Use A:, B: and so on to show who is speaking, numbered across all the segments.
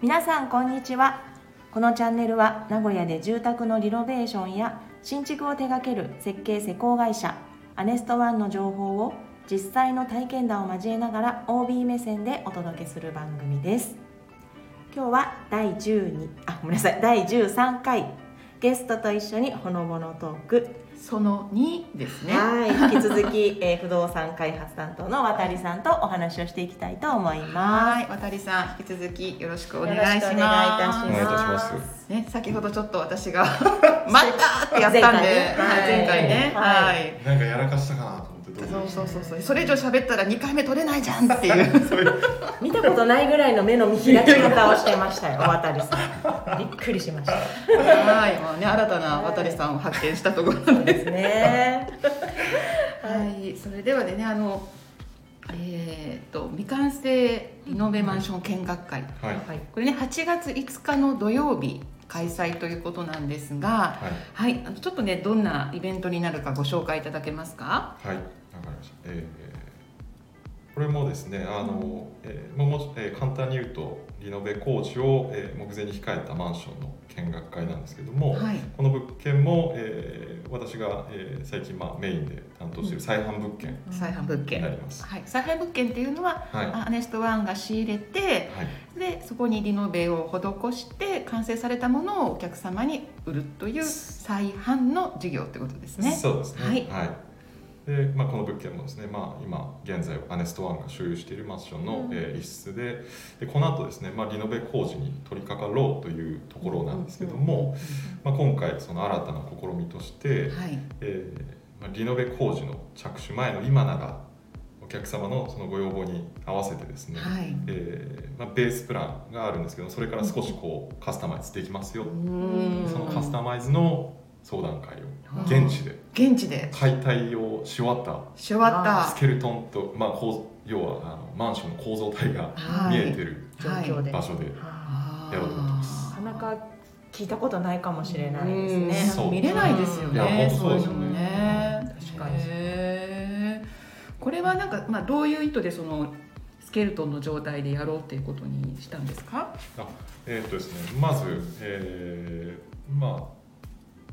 A: 皆さんこんにちはこのチャンネルは名古屋で住宅のリノベーションや新築を手掛ける設計施工会社アネストワンの情報を実際の体験談を交えながら OB 目線でお届けする番組です今日は第12あごめんなさい第13回ゲストと一緒にほのぼのトーク、
B: その2ですね。
A: はい引き続き、えー不動産開発担当の渡さんとお話をしていきたいと思います
B: はい、渡さん引き続きよろしくお
A: お
B: 願
A: 願
B: い
A: い
B: しま
A: し
B: す。
A: ます
C: お願いいたします
B: ね、先ほどちょっと私 が待ったってやったんで、
A: 前
B: 前
C: 回
B: 回
A: ね
B: ね、
A: は
B: はいい。
C: なんかやらかしたかなと思ってどう
B: そうそうそうそう。それ以上喋ったら2回目取れないじゃんっ ていう。
A: 見たことないぐらいの目の見開き方をしてましたよ、渡さん。びっくりしました。
B: はい、もうね新たな渡さんを発見したところなんで
A: ですね。
B: す。はい、それではねあの。えー、と未完成リノベマンション見学会、
C: はい
A: はい。
B: これね8月5日の土曜日開催ということなんですが、
C: はい
B: はい、あのちょっとね、どんなイベントになるかご紹介いただけますか。
C: はいわかりました、えーえーこれもですねあの、えーまあもしえー簡単に言うとリノベ工事を、えー目前に控えたマンションの見学会なんですけども、
B: はい、
C: この物件も、えー私が、えー最近、まあ、メインで担当している再販物件
B: 再販物
C: にな
B: 件。
C: ります、
B: はい、再販物件っていうのは、
C: はいはい
B: アネストワンが仕入れて、で、そこにリノベを施して、完成されたものをお客様に売るという。再販の事業ってことですね。
C: そうですね。
B: は
C: はいい。で、まあこの物件もですね、まあ今現在アネストワンが所有しているマンションの、
A: うん
C: えー一室で、でこの後ですね、まあリノベ工事に取り掛かろうというところなんですけども、まあ今回その新たな試みとして、
B: はい、
C: えーまあリノベ工事の着手前の今ならお客様のそのご要望に合わせてですね。
B: はい。
C: えーまあ、ベースプランがあるんですけどそれから少しこうカスタマイズできますよ、
A: うん
C: そのカスタマイズの相談会を
B: うん
C: 現地で
B: 現地で。
C: 解体をし終わった
B: し終わっ
C: ス
B: た。
C: ケルトンと、まあ、構要はあのマンションの構造体が
B: は
C: 見
B: い
C: えてる
A: 状況で。
C: 場所で、
A: は
B: あー
C: やろうと思ってます
A: いなかなか聞いたことないかもしれないですね。
C: うんそう
B: 見れないですよ
C: いや本
B: ね。
C: 当そうです
B: い
C: よ
B: の
C: ね
B: ね。
A: 確かに
B: へーこれはなんかまあどういう意図でそのスケルトンの状態でやろうっていうことにしたんですか。
C: えーっとですね、まず、えーまあ、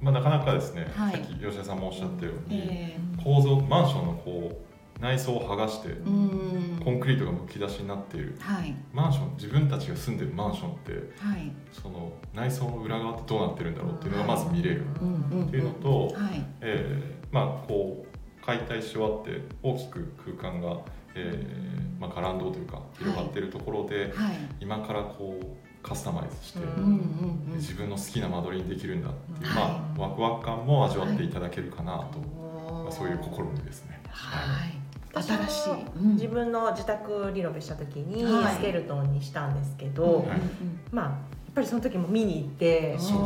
C: まあなかなかですね、
B: はい
C: さっき吉田さんもおっしゃったように、
B: え
C: 構造マンションのこう内装を剥がして
B: ー、うん。
C: コンクリートがむき出しになっている
B: はい
C: マンション自分たちが住んでるマンションって
B: はい。
C: その内装の裏側ってどうなってるんだろうっていうのがまず見れる
B: うんうん
C: っていうのと、
B: はい。
C: えーまあこう解体し終わって大きく空間が、えーまあ、ランドというか広がっているところ
B: は
C: で、
B: い。
C: 今からこうカスタマイズして、
A: うん
B: うんうんうん。
C: 自分の好きな間取りにできるんだっていう、
B: はい
C: まあ、ワクワク感も味わっていただけるかなと、
B: お
C: ま
B: ー
C: あそういう試みですね。
B: はい。
A: 私も
B: 新しい。
A: 自分の自宅リノベした時に
B: はい
A: スケルトンにしたんですけど、
C: はい
A: まあやっぱりその時も見に行って
C: そうですね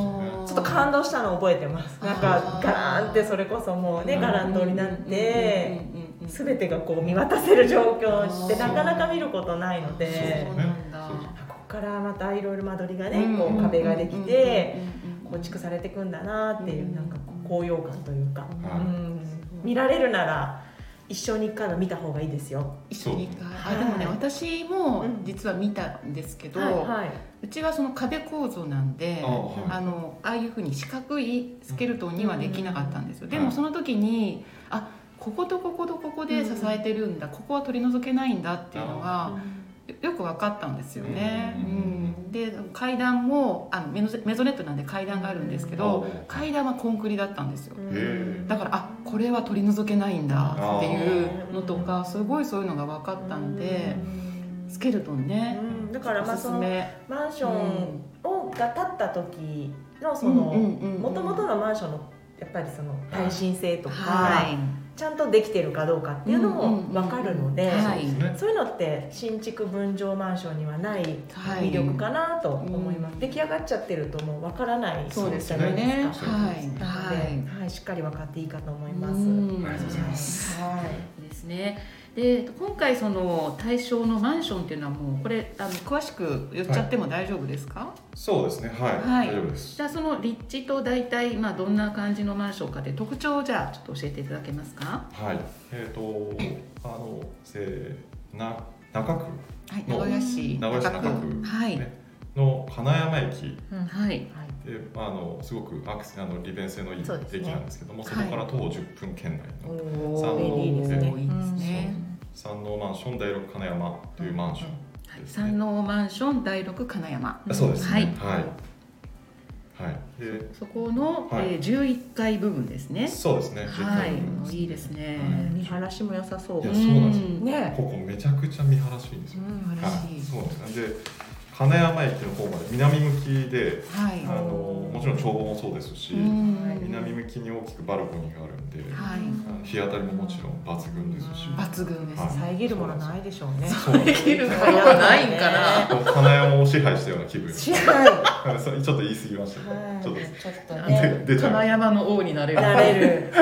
A: ちょっと感動したのを覚えてますなんか
B: あー
A: ガーンってそれこそもうね
C: うん
A: ガランドになって全てがこう見渡せる状況ってなかなか見ることないの
B: そう
A: で
B: そうなんだ
C: そうそう
A: ここからまたいろいろ間取りがね
B: うん
A: こう壁ができて
B: うんうんうんうん
A: 構築されていくんだなっていううんなんかこう高揚感というか、
C: は
A: う
C: い
A: ん、見られるなら一生に一回は見た方がいいですよ。
B: 一緒に行く
A: はい
B: あでもね私も
A: うん
B: 実は見たんですけど、
A: はいはいう
B: ちはその壁構造なんで
C: あはい
B: あのああいうふうに四角いスケルトンにはできなかったんですよ、
C: ん
B: で
C: は
B: も
C: い
B: その時にあこことこことここで支えてるんだ、ここは取り除けないんだっていうのがよく分かったんですよね、う
C: うん
B: んで階段もあのメノメゾネットなんで階段があるんですけど、
C: うん
B: 階段はコンクリだったんですよ、
C: え
B: だからあこれは取り除けないんだっていうのとかすごいそういうのが分かったんで
A: うん
B: スケルトンね
A: うんだからま
B: お
A: あ
B: すす
A: その
B: め
A: マンションをが建った時のそ
B: うん
A: の
B: うんうんうん
A: もともとのマンションのやっぱりその耐震性とか、
B: はい
A: ちゃんとできてるかどうかっていうの
B: うんうん
A: も
B: うん
A: 分かるので、
B: は
C: そう
B: い
C: ですね
A: そういうのって新築分譲マンションにはない
B: はい
A: 魅力かなと思います、
B: うん
A: 出来上がっちゃってるともう分からない
B: そうですよ
A: じゃない
B: ね
A: ですか
B: はい
A: なの
B: は
A: で
B: い
A: はい、しっかり分かっていいかと思います、
B: うん
C: ありがとうございます
A: はい
B: ですねで今回その対象のマンションっていうのはもうこれあの詳しく言っちゃっても大丈夫ですか、
C: そうですねはい、
B: はい
C: 大丈夫です
B: じゃあその立地と大体まあどんな感じのマンションかで特徴をじゃあちょっと教えていただけますか
C: はいえっ、とあのせーな中区
B: はい
C: 名古
A: 屋
B: 市
C: 名古屋市中区
B: はい
C: ねの金山駅
B: うんはい
C: で、あのすごくアクセあの利便性のいい駅
A: そ
C: な
A: うですね
C: んですけどもそ,、こから徒歩10分圏内の
A: おお
C: ー
A: 便利ですね
B: 多いですね。
C: 山王マンション第六金山というマンション、
B: はい
C: ですね
B: 山王マンション第六金山。
C: あそうですね
B: はい
C: はい、はい、で
B: そこの、
C: はい
B: えー11階部分ですね。
C: そうですね
B: は
C: 10分の
B: い、
C: 一
B: いいですね。
C: はい
A: 見晴らしも良さそう
C: いやそうなんですよ
B: ん
A: ね
C: ここめちゃくちゃ見晴らしいんです
A: う
C: よ、
A: ん
B: 晴らしい
C: はい、そうなんですねで金山駅の方まで南向きで
B: は
C: あ
B: い。
C: のもちろん眺望もそうですし、
B: うん
C: 南向きに大きくバルコニーがあるんで、
B: はい。
C: あの日当たりももちろん抜群ですし、
B: 抜群です。
C: はい
A: 遮るものないでしょうね
C: そうなんです
B: 遮るものはないんかな
C: こう金山を支配したような気分
A: 知
C: ちょ
A: らないは
C: っと言い過ぎましたけど、
A: い
C: ち
A: ち
C: ょ
A: ょ
C: っと
A: っとね
C: で出ちゃいま
B: 金
C: し
B: 山の王になれる。
A: なれる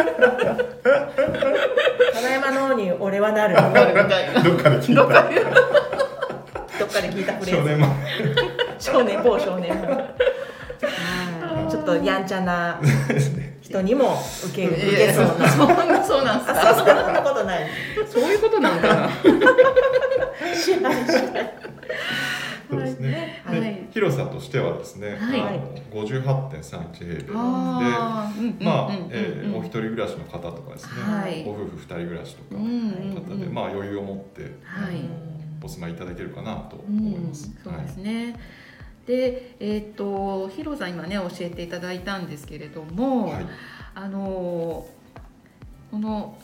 A: 金山の王に俺はなる
B: なるみたい
C: た
B: な。
C: どっかで聞い
B: どった かで
A: どっかで聞いたフレ
C: 少
A: ーズ
C: 年マン
A: 少年某少年はいちょっとやんちゃな
C: ですね
A: 人にも受け受
B: い
A: け
B: や
A: そうな
B: そうそうなんです
A: あ
B: か。
A: そうそうそんなことない
B: そういうことなんだな。
A: 知らない知らない
C: そうですね、
B: はい
C: で
B: はい
C: 広さとしてはですね、
B: はい
C: あの58.31平米
B: あー
C: でまあ、
B: うんうんうんうん
C: えーお一人暮らしの方とかですね、
B: はい
C: ご夫婦二人暮らしとか
B: う
C: の
B: んうん
C: 方で、
B: うん
C: まあ余裕を持って、
B: はい
C: お住まいいただけるかなと
B: うん
C: 思います。
B: そうですね。で、えっ、とヒロさん今ね教えていただいたんですけれども、
C: はい、はい
B: あのーこの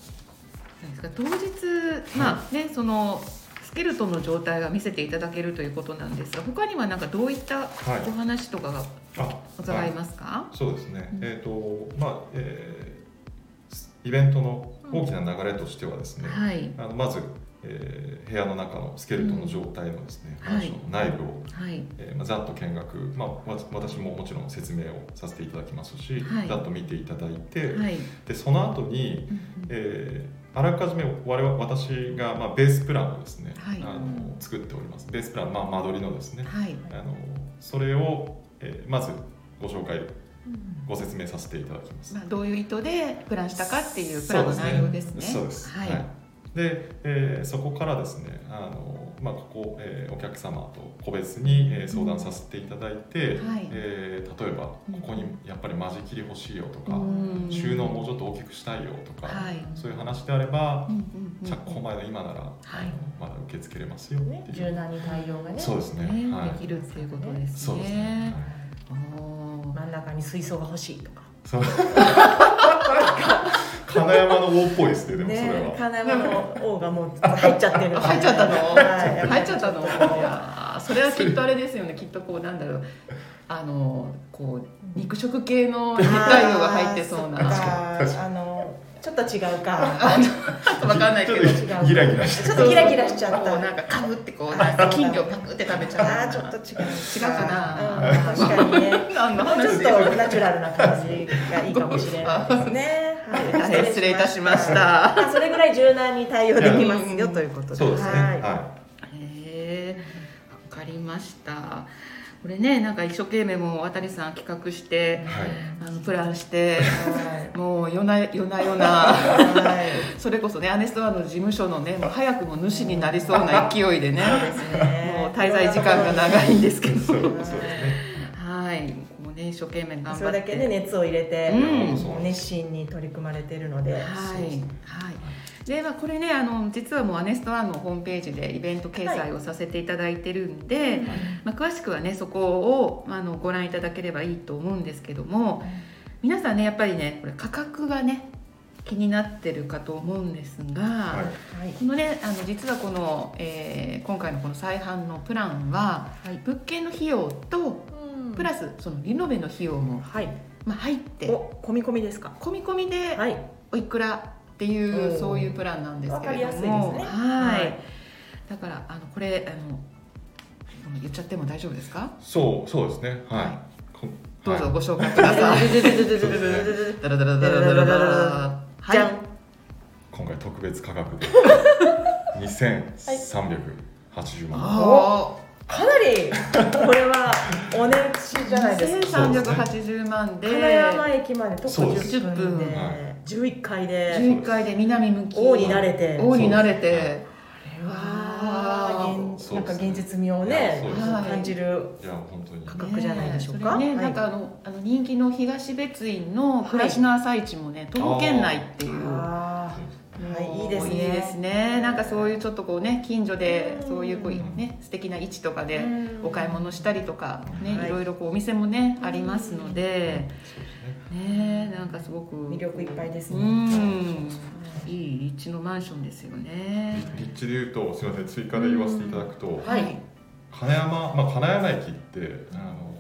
B: なんですか当日まあね、そのスケルトンの状態が見せていただけるということなんですが、他にはなんかどういった
C: はい
B: お話とかが
C: あ
B: 伺いますか？
C: そうですね、
B: うん
C: えっ、とまあ、えーイベントの大きな流れとしてはですね、
B: はい
C: あのまず、えー部屋の中のスケルトンの状態のですね、
B: うん
C: マンションの内部を、
B: はい
C: えーまあ、ざっと見学、まあわ、私ももちろん説明をさせていただきますし、
B: はい
C: ざっと見ていただいて、
B: はい。
C: でその後に、
B: うん
C: えーあらかじめ我々私が、まあ、ベースプランをですね、
B: はい
C: あの作っておりますベースプラン、まあ、間取りのですね
B: はい
C: あのそれを、えーまずご紹介ご説明させていただきます。
B: まあ、どういう意図でプランしたかっていうプランの内容ですね。
C: そうです、
B: はい。
C: で、えーそこからですねあの、まあ、ここ、えーお客様と個別に、えー相談させていただいて、
B: はい
C: えー例えばこ
B: うん
C: こにやっぱり間仕切り欲しいよとか、
B: うん
C: 収納もうちょっと大きくしたいよとか、
B: はい。
C: そういう話であれば、
B: うんうんうん
C: 着工前の今なら、あのまだ受け付けれますよ
A: ね
C: ってい
A: 柔
C: う、
A: 軟に対応がね
C: そうですね
B: ね
C: はい
B: できるっていうことですね。
C: そうですね、はい
B: おー
A: 真ん中に水槽が欲しいとか
C: そう 金山の王っぽいですねでもそれは、
A: ね金山の王がもう入っちゃってる
B: あ入っちゃったの
A: はい
B: 入っちゃったの。いやーそれはきっとあれですよね。きっとこうなんだろう。あのこう肉食系の熱帯魚が入ってそうな。
A: あー
B: あ
A: っかあのちょっと違うか
B: とわかんないけど。
C: ちょっとギラギラして
A: ちょっとギラギラしちゃっ
B: こう
A: た
B: なんかかぶってこうなんか金魚パクって食べちゃう。
A: あーちょっと違う
B: 違うかな
A: うん確かにね
B: 何の
A: もうちょっ
B: 話？。
A: とナチュラルな感じがいいかもしれないですね
B: 大変失礼いたしました。
A: まあそれぐらい柔軟に対応できますよということで。
C: そうですねはい、
A: は
B: へえわかりましたこれねなんか一生懸命もう渡さん企画して
C: はい
B: あのプランし
A: い。
B: て
A: はい
B: もう夜な夜な夜な
A: はい
B: それこそねアネストアの事務所のねもう早くも主になりそうな勢いでねもう滞在時間が長いんですけ
C: そうそ
B: ど
C: うですね
B: はいもうね一生懸命頑張って
A: それだけね熱を入れて、
B: うん
A: もう熱心に取り組まれてるので、
B: はい、はい、ではこれねあの実はもうアネストワンのホームページでイベント掲載をさせていただいてるんで、まあ、詳しくはねそこをまああのご覧いただければいいと思うんですけども皆さんねやっぱりねこれ価格がね気になってるかと思うんですが、
C: はい
A: はい
B: このねあの実はこの、えー今回のこの再販のプランは、
A: はい
B: 物件の費用とプラスそのリノベの費用も、
A: はい、
B: まあ、入って
A: お込み込みですか。
B: 込み込みで
A: はい、
B: おいくらっていう、
A: おー
B: そういうプランなんですけれども
A: わかりやすいですね
B: はい、
A: はい
B: だからあのこれあのこの言っちゃっても大丈夫ですか
C: そうそうですねはい、
B: はい
C: こ
B: どうぞ
C: はい
B: ご紹介ください。ダラダラダラダラダラ。は
A: じ
B: い
A: ゃ。ん、
C: 今回特別価格 で2380万、
B: あ
A: かなりこれはお値打ちじゃ
B: あ、
A: ないですか
B: 千。三百八十万で。
A: 金山駅まで徒
C: そう
A: 歩
C: です
A: 10分で
B: 10
C: 分はい
A: 11階で
B: 十回で南向き。
A: 王になれて
B: 王になれて。
A: あー現
C: そ
A: な
C: うん
A: か
C: ですね
A: 現実味を
C: いやそ
A: ね
C: うです
B: はい
A: 感じる
C: いや本当に
A: 価格じゃないでしょうか
B: それね
A: はい
B: なんかあのあの人気の東別院の暮らしの朝市もね、徒歩圏内っていう。
A: あーはいいいですね
B: いいですね。なんかそういうちょっとこうね近所で
A: うん
B: そういうこうね素敵な位置とか
A: ー
B: でお買い物したりとかね、
A: はい
B: い、ろいろこうお店もねありますので、
C: そうですね
B: ねなんかすごく
A: 魅力いっぱいです
B: う
A: ね
B: んいい立地のマンションですよね。
C: 立地で言うとすみません追加で言わせていただくと、
A: はい
C: 金山まあ金山駅ってあの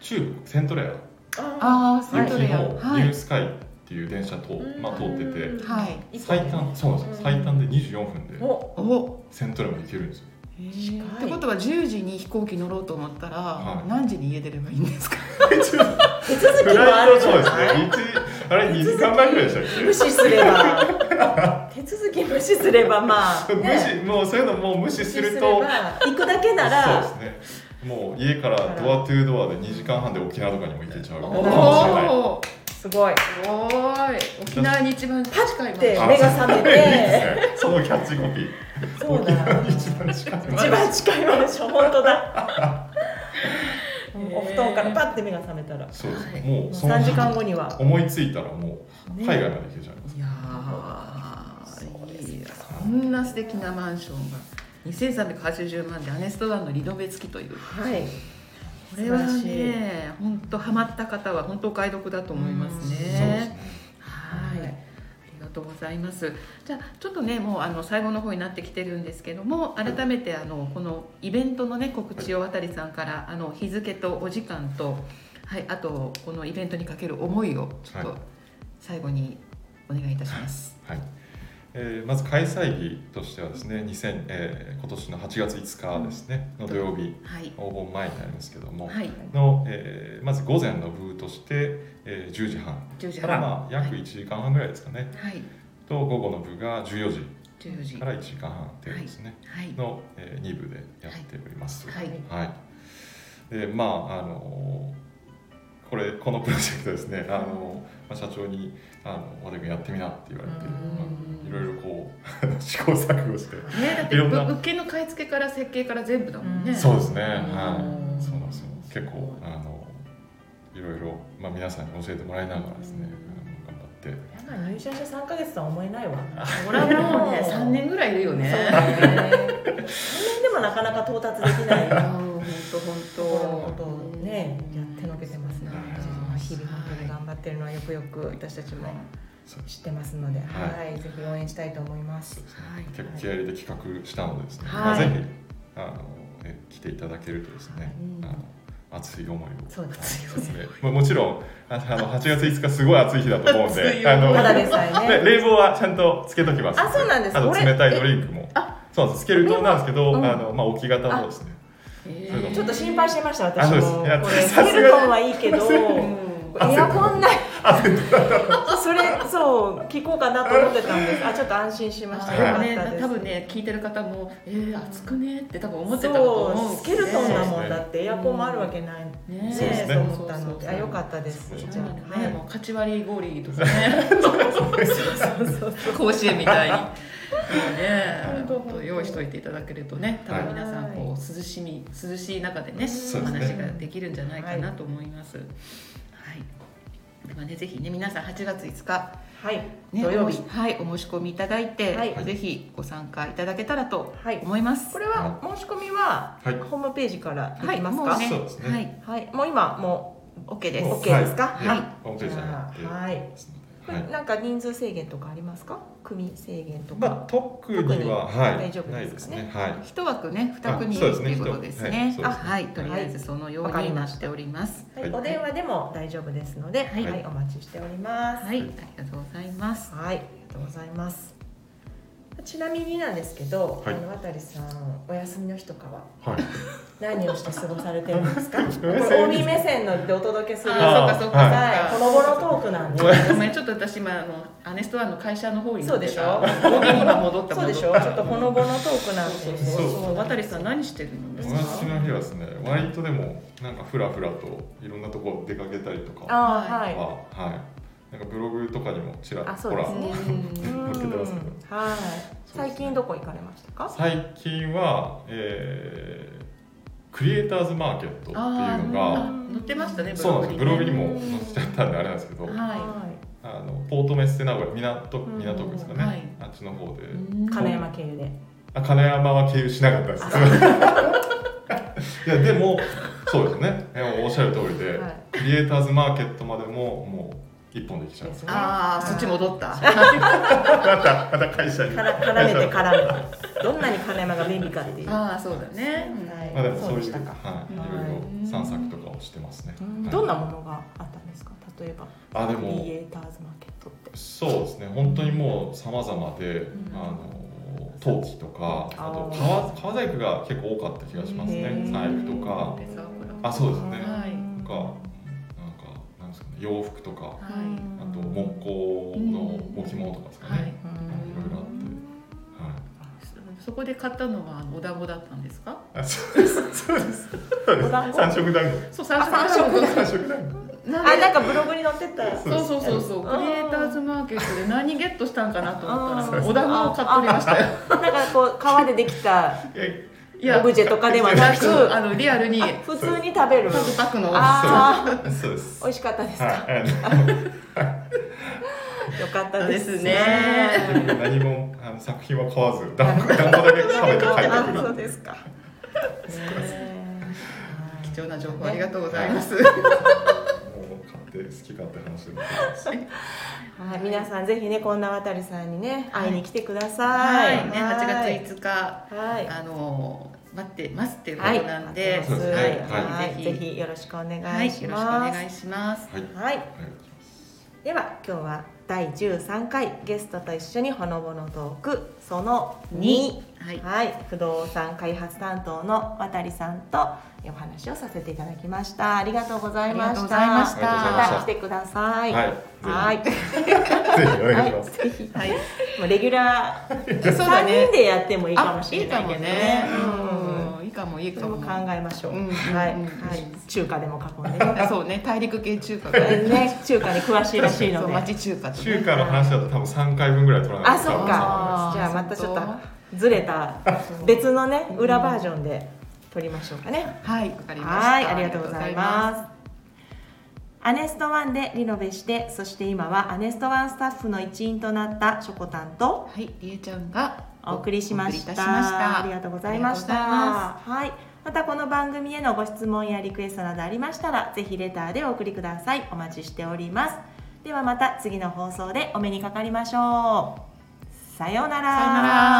C: 中部セントレア
A: あ
B: ああセン
C: 行き
B: トレア
C: の
B: は
C: ニュー
B: い
C: スカイっていう電車と、
A: ー
C: まあ通ってて
B: はい
A: 一本
C: 最短そうなんですよ最短で24分で
A: お
B: お。
C: セントレアまで行けるんですよ。
B: へーってことは10時に飛行機乗ろうと思ったら、
C: はい
B: 何時に家出ればいいんですか
A: 手続
C: フ
A: きもあ
C: ライ
A: る
C: ト
A: じ
C: そう
A: ゃ
C: です
A: ない
C: ね。一あれ二時間前ぐらいでしたっけ？
A: 無視すれば 手続き無視すればまあ、
C: 無視
A: ね、
C: もうそういうのもう無視すると
A: 無視すれば行くだけなら
C: そうですねもう家からドアトゥードアで2時間半で沖縄とかにも行けちゃうかも
A: お
B: お
C: しれない
B: お
A: すごい
B: おーい沖縄に一番近い
A: っ
B: 町
A: て
C: あ
A: 目が覚め
C: いいです
A: て
C: ねそのキャッチコピー
A: そうだ
C: 一番近い
A: 一番近いマンション本当だ お布団からパッて目が覚めたら
C: そうです
B: はい
C: もうその
A: 3時間後には
C: 思いついたらもう
A: ね
C: 海外まで行けちゃいます
B: いや
A: そうで
B: ー
A: す
B: いやそんな素敵なマンションが2380万でアネストワンのリノベ付きというこ
A: はい
B: れは
A: 素晴らしい
B: ね本当ハマった方は本当お買い得だと思います
C: そうです
B: ね
C: ね
B: はいありがとうございますじゃあちょっとねもうあの最後の方になってきてるんですけども改めてあのこのイベントのね告知を渡さんからあの日付とお時間とはいあとこのイベントにかける思いをちょっと
C: は
B: 最後にお願いいたします。
C: はいえーまず開催日としてはですね2000、えー今年の8月5日ですねの土曜日
B: はい。
C: お盆前になりますけども
B: はい。
C: の、えーまず午前の部として、えー10時半
B: 十時
C: か
B: からら。
C: まあ約1時間半ぐらいですかね、
B: はい。
C: と午後の部が14時
B: 十四時。
C: か
B: はい。
C: ら1時間半程度ですね、
B: はい。
C: の、えー、2部でやっております。
B: はい。
C: はいでまああのーこれこのプロジェクトですね、あのーまあ、社長に「あの俺がやってみな」って言われて、
B: うん
C: まあいろいろこう 試行錯誤して、
B: ね、だって、
C: いろんな
B: ぶ物件の買い付けから設計から全部だもんね。
A: うん
C: そうですね、
B: うん
C: はい、そうなんですよ結構あのいろいろ、まあ、皆さんに教えてもらいながらですね、あの頑張って
A: やばい入社して3ヶ月とは思えないわ
B: これはも うね、三年ぐらいいるよね。
A: そう3年でもなかなか到達できない
B: あー
A: と
B: 本当本
A: ころのこと
B: 当。
A: をねやってのけてますね
B: はい
A: 日々本当に頑張ってるのはよくよく私たちも
C: そう
A: 知ってますのでは
C: はい
A: ぜひ応援したいと思いま
C: そ
A: す
C: うです
B: はい
C: ね、結構気合い入れて企画したのでですね、
B: はい
C: まあ、ぜひあのえ来ていただけるとですね、
B: うん
C: あの熱い思いを
A: そうですよ
C: ですね、まあ、もちろんああの8月5日すごい暑い日だと思うん
B: 暑い
C: で
B: よ
C: あの
A: ただでさえ
C: ね
A: ね
C: 冷房はちゃんとつけときます
A: あそうなんです
C: あと
A: これ
C: 冷たいドリンクもそうなんですつけるとなんですけど、
A: うん
C: あのまあ、置き型もですねそういうの
A: ちょっと心配してました
C: あ
A: 私
C: そうです
A: もこ
C: いや
A: れ
C: さすがに
A: ヘルトンはいいけど
B: うん
A: エアコンない。 それ、そう、聞こうかなと思ってたんです。あ、ちょっと安心しました。よかっ
C: はい
B: ね
A: たです。
B: 多分ね、聞いてる方も、えー、暑くねって多分思ってたと思。
A: そうう、スケルトンだも
C: ね
A: んだって、エアコンもあるわけない。ね
B: ね
C: そうですね
A: と思ったので、あ、よかったです
C: そう。
A: じゃあ、
B: ね、
A: は
B: もうカチ割り氷とか ね。甲子園みたいに。 ね、
A: 本当
B: 本当用意しておいていただけるとね、多分皆さんこう涼しみ、涼しい中でね、
A: そう
B: お
C: ですね
B: 話ができるんじゃないかなと思います。はい。ではね、ぜひね、皆さん8月5日、
A: い、はい、
B: ね、
A: 土曜日
B: お。申しはい、お申し込みいただいて、
A: はい
B: ぜひご参加いただけたらと
A: はい、
B: 思います
A: こ。れは申し込みは
C: はい
A: ホームページからできます
B: もう
A: か。
B: ね
C: そうですね
B: はい、
A: はい、もう今、も
B: OK
A: う
B: です。
A: OK ですか。
C: はい
A: はい。
C: ホームページ
A: じ
C: に
A: ゃあ、
C: は
A: はい。
C: ます
A: こ
C: ので、
A: れ
C: はい
A: なんか人数制限とかありますか。組制限と
C: まあ
A: か。、
C: 特には、はい、
A: 大丈夫
C: ない
A: で
C: ですす
A: かね
C: ねはい
B: 一枠ね、二
C: あ
B: 組と
C: そうですね
B: いうことですね
C: 一。枠
B: あ、
C: はい
B: はい、とりあえずそのよ
A: は
B: う
A: いわかり
B: に
A: ま
B: な
A: し
B: ったております。
A: はい、お電話でも大丈夫ですので、は、
B: はいい
A: お待ちしております。
B: はい、ありがとうございます。
A: はい、ありがとうございます。ちなみになんですけど、
C: はい
A: あの渡さん、お休みの日とかは
C: はい
A: 何をして過ごされてるんですか？こ
C: 目線
A: れ OB 目線のでお届けする。は
B: あ
C: あ
B: ー、そうか、そ
A: い、
B: う
C: ー
A: ほのぼの
B: か、
A: トークなんで。
B: そうか。ごめん、ちょっと私、今、あの、アネストアの会社の方に。
A: そうでしょ
B: ごめん今戻った。
A: そうでし ょ。
B: 戻
A: ちょっとほのぼのトークなんで。
B: そう
C: そう
B: そう、渡さん、何してるんで
C: お
B: すか。
C: 休みの日はですね割とでもなんかふらふらといろんなとこ出かけたりとか
A: あーはい。
C: は、はい、なんかブログとかにもちら
A: あそ
C: ほ
A: うで
C: ら
A: すね
B: うん
C: 乗っけてますけど
A: うんはい。最近どこ行かれましたか？
C: 最近は、えークリエイターズマーケットっていう
B: あ
C: の
B: あ
C: が
B: ー載ってましたね
C: そうなんですブログに
B: ね
C: も載せちゃったんであれなんですけど
B: は
C: あのポートメッセ名古屋港
A: うん
C: 港区ですかね、
B: はい
C: あっちの方で、
B: い
A: い金山経由で。
C: あ金山は経由しなかったです いやでもそうですねでもおっしゃる通りで、
A: はい
C: クリエイターズマーケットまでももう一本できちゃうんですよ
B: ああそっち戻った
C: またまた会社に
A: から絡めて 絡めて。どんなに金山が便利かっていう。
B: ああそうだね
A: はい
C: まあでもそう
A: そう
C: いう
A: でしたか
C: はい、い
A: はい
C: ろいろ散策とかをしてますね、はい
A: どんなものがあったんですか？例えば。
C: あでも
A: クリエイターズマーケットって。
C: そうですね本当にもう様々で、
B: ん
C: あの陶器とかあと
A: あー
C: 革革細工が結構多かった気がします
A: へ
C: ね
A: ー
C: 財布とか
B: 手作業
C: あそうですね
B: はい
C: とかなんかなんですかね洋服とか
B: は
C: あと木工の
B: うん
C: 置物とかですか
B: い、はい
C: ね、いろいろあってはい
B: そこで買ったのはあのお団子だったんですか
C: あそうですそうですそうです
A: お団子
C: 三色団子
B: そう三色
A: あ三色
C: 三色団子
B: な
A: あ、
B: んで
A: なんかブログに載ってた。
B: そうそうそうそう
A: あー
B: クリエイターズマーケットで何ゲットしたんかなと思った
A: あ
B: ら
A: ー
B: お団子を買っておりましたよ
A: なんかこう革でできた
C: え
B: い
A: オブジェとかではな
B: な
A: く、
B: くあのリアルにパ
A: 普通に食べる。
B: クパクの
A: ああ、
C: そうです
A: 美味しかったです
C: は
A: か。
C: いあの
A: よかったです
B: ですね
C: でも何もあの作品は買わず団子団子だけ食べて帰ってく
A: あ、
C: る
A: そうですか。ね
B: 貴重な情報ありがとうございます。
C: もう買って好き勝手話してます
A: はい、皆さんぜひね、こんな渡さんにね、会いに来てくださ。
B: はいい、ね、8月5日、
A: 日。はい。
B: あの待ってますっていうこと
A: はい。
B: なんで、
A: 待ってます
C: はい
A: はい
B: はい
A: ぜひよろしくお願
B: は
A: い
B: い、よろし
A: し
B: くお
A: ま
B: 願
A: す。
B: いします。
C: はい
A: はい。
C: はい
A: では今日は第13回ゲストと一緒にほのぼのトークその2
B: 二、はい、
A: はい、不動産開発担当の渡さんとお話をさせていただきましたありがとうございました
B: ありがとうございました
A: また来てください
C: はい
A: はい
C: ぜひお願いします。
A: はいぜひ
B: はい、
A: もうレギュラー
B: そうだ
A: 3
B: ね
A: 人。でやってもいいかも
B: あ、
A: し
B: い
A: れ
B: い
A: な
B: か
A: い
B: も
A: けど
B: ね
A: ね。うん
B: うんいいかもいい
A: そ
B: か
A: れも
B: も。
A: 考えましょう、
B: うん
A: はい、
B: うん
A: はい、中華でも囲んで ね
B: そうね、大陸 系中華が。
A: ね中華に詳しいらしいの
B: そう
A: で
B: 町中華とね。
C: 中華の話だと多分3回分ぐらい取らない
A: あそっか
B: あー
A: じゃあまたちょっ
B: 本
A: とずれた別のね裏バージョンで撮りましょうかね
B: はい、わかりました。
A: はいありがとうござい
B: す。
A: ますアネストワンでリノベしてそして今はアネストワンスタッフの一員となったしょこたんと
B: はい、りえちゃんが
A: お送りしました
B: お送いたしました
A: ありがとうございました
B: ありがとうございます
A: はいまたこの番組へのご質問やリクエストなどありましたらぜひレターでお送りくださいお待ちしておりますではまた次の放送でお目にかかりましょうさようなら
B: さようなら。